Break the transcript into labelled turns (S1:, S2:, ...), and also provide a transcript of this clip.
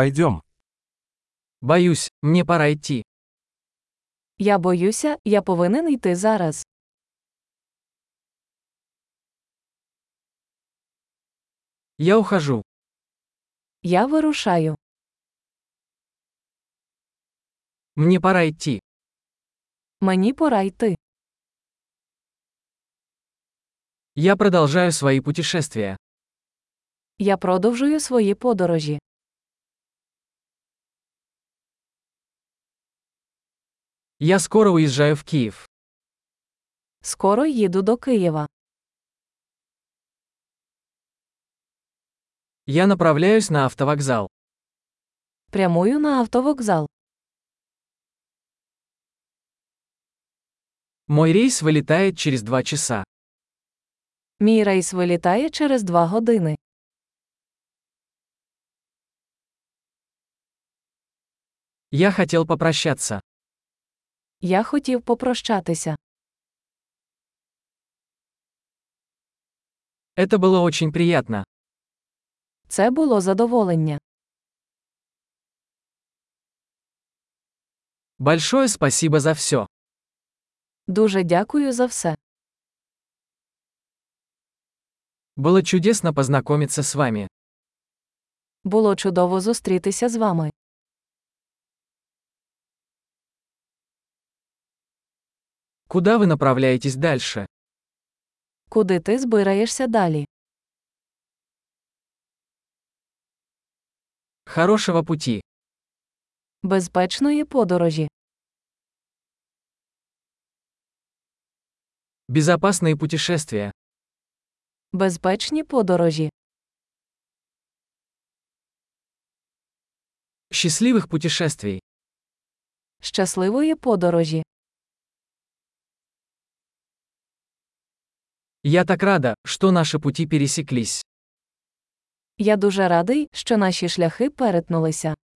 S1: Пойдем.
S2: Боюсь, мне пора идти.
S3: Я боюся, я повинен йти зараз.
S2: Я ухожу.
S3: Я вирушаю.
S2: Мне пора идти.
S3: Мені пора йти.
S2: Я продолжаю свои путешествия.
S3: Я продовжую свої подорожі.
S2: Я скоро уезжаю в Киев.
S3: Скоро їду до Києва.
S2: Я направляюсь на автовокзал.
S3: Прямую на автовокзал.
S2: Мой рейс вылетает через два часа.
S3: Мій рейс вилітає через два години.
S2: Я хотел попрощаться.
S3: Я хотів попрощатися.
S2: Это было очень приятно.
S3: Це було задоволення.
S2: Большое спасибо за все.
S3: Дуже дякую за все.
S2: Было чудесно познакомиться с вами.
S3: Було чудово зустрітися з вами.
S2: Куда вы направляетесь дальше?
S3: Куди ти збираєшся далі?
S2: Хорошего пути.
S3: Безпечної подорожі.
S2: Безопасные путешествия.
S3: Безпечні подорожі.
S2: Счастливых путешествий.
S3: Щасливої подорожі.
S2: Я так рада, что наши пути пересеклись.
S3: Я дуже радий, що наші шляхи перетнулися.